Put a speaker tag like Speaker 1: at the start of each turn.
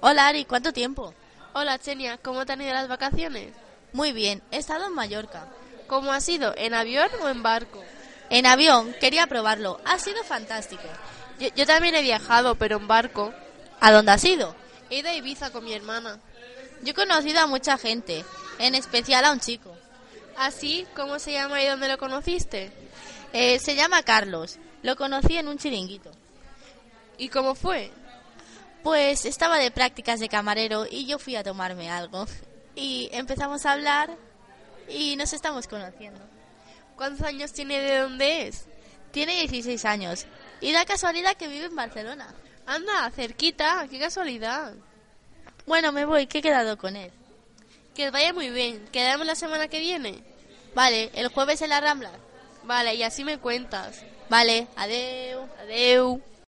Speaker 1: Hola Ari, ¿cuánto tiempo?
Speaker 2: Hola Chenia, ¿cómo te han ido las vacaciones?
Speaker 1: Muy bien, he estado en Mallorca.
Speaker 2: ¿Cómo ha sido? ¿En avión o en barco?
Speaker 1: En avión, quería probarlo. Ha sido fantástico.
Speaker 2: Yo, yo también he viajado, pero en barco.
Speaker 1: ¿A dónde has ido?
Speaker 2: He ido a Ibiza con mi hermana.
Speaker 1: Yo he conocido a mucha gente, en especial a un chico.
Speaker 2: ¿Así? ¿Ah, ¿Cómo se llama y dónde lo conociste?
Speaker 1: Eh, se llama Carlos. Lo conocí en un chiringuito.
Speaker 2: ¿Y cómo fue?
Speaker 1: Pues estaba de prácticas de camarero y yo fui a tomarme algo. Y empezamos a hablar y nos estamos conociendo.
Speaker 2: ¿Cuántos años tiene de dónde es?
Speaker 1: Tiene 16 años y da casualidad que vive en Barcelona.
Speaker 2: Anda, cerquita, qué casualidad.
Speaker 1: Bueno, me voy, que he quedado con él.
Speaker 2: Que os vaya muy bien, quedamos la semana que viene.
Speaker 1: Vale, el jueves en la Rambla.
Speaker 2: Vale, y así me cuentas.
Speaker 1: Vale, adeu.
Speaker 2: Adeu.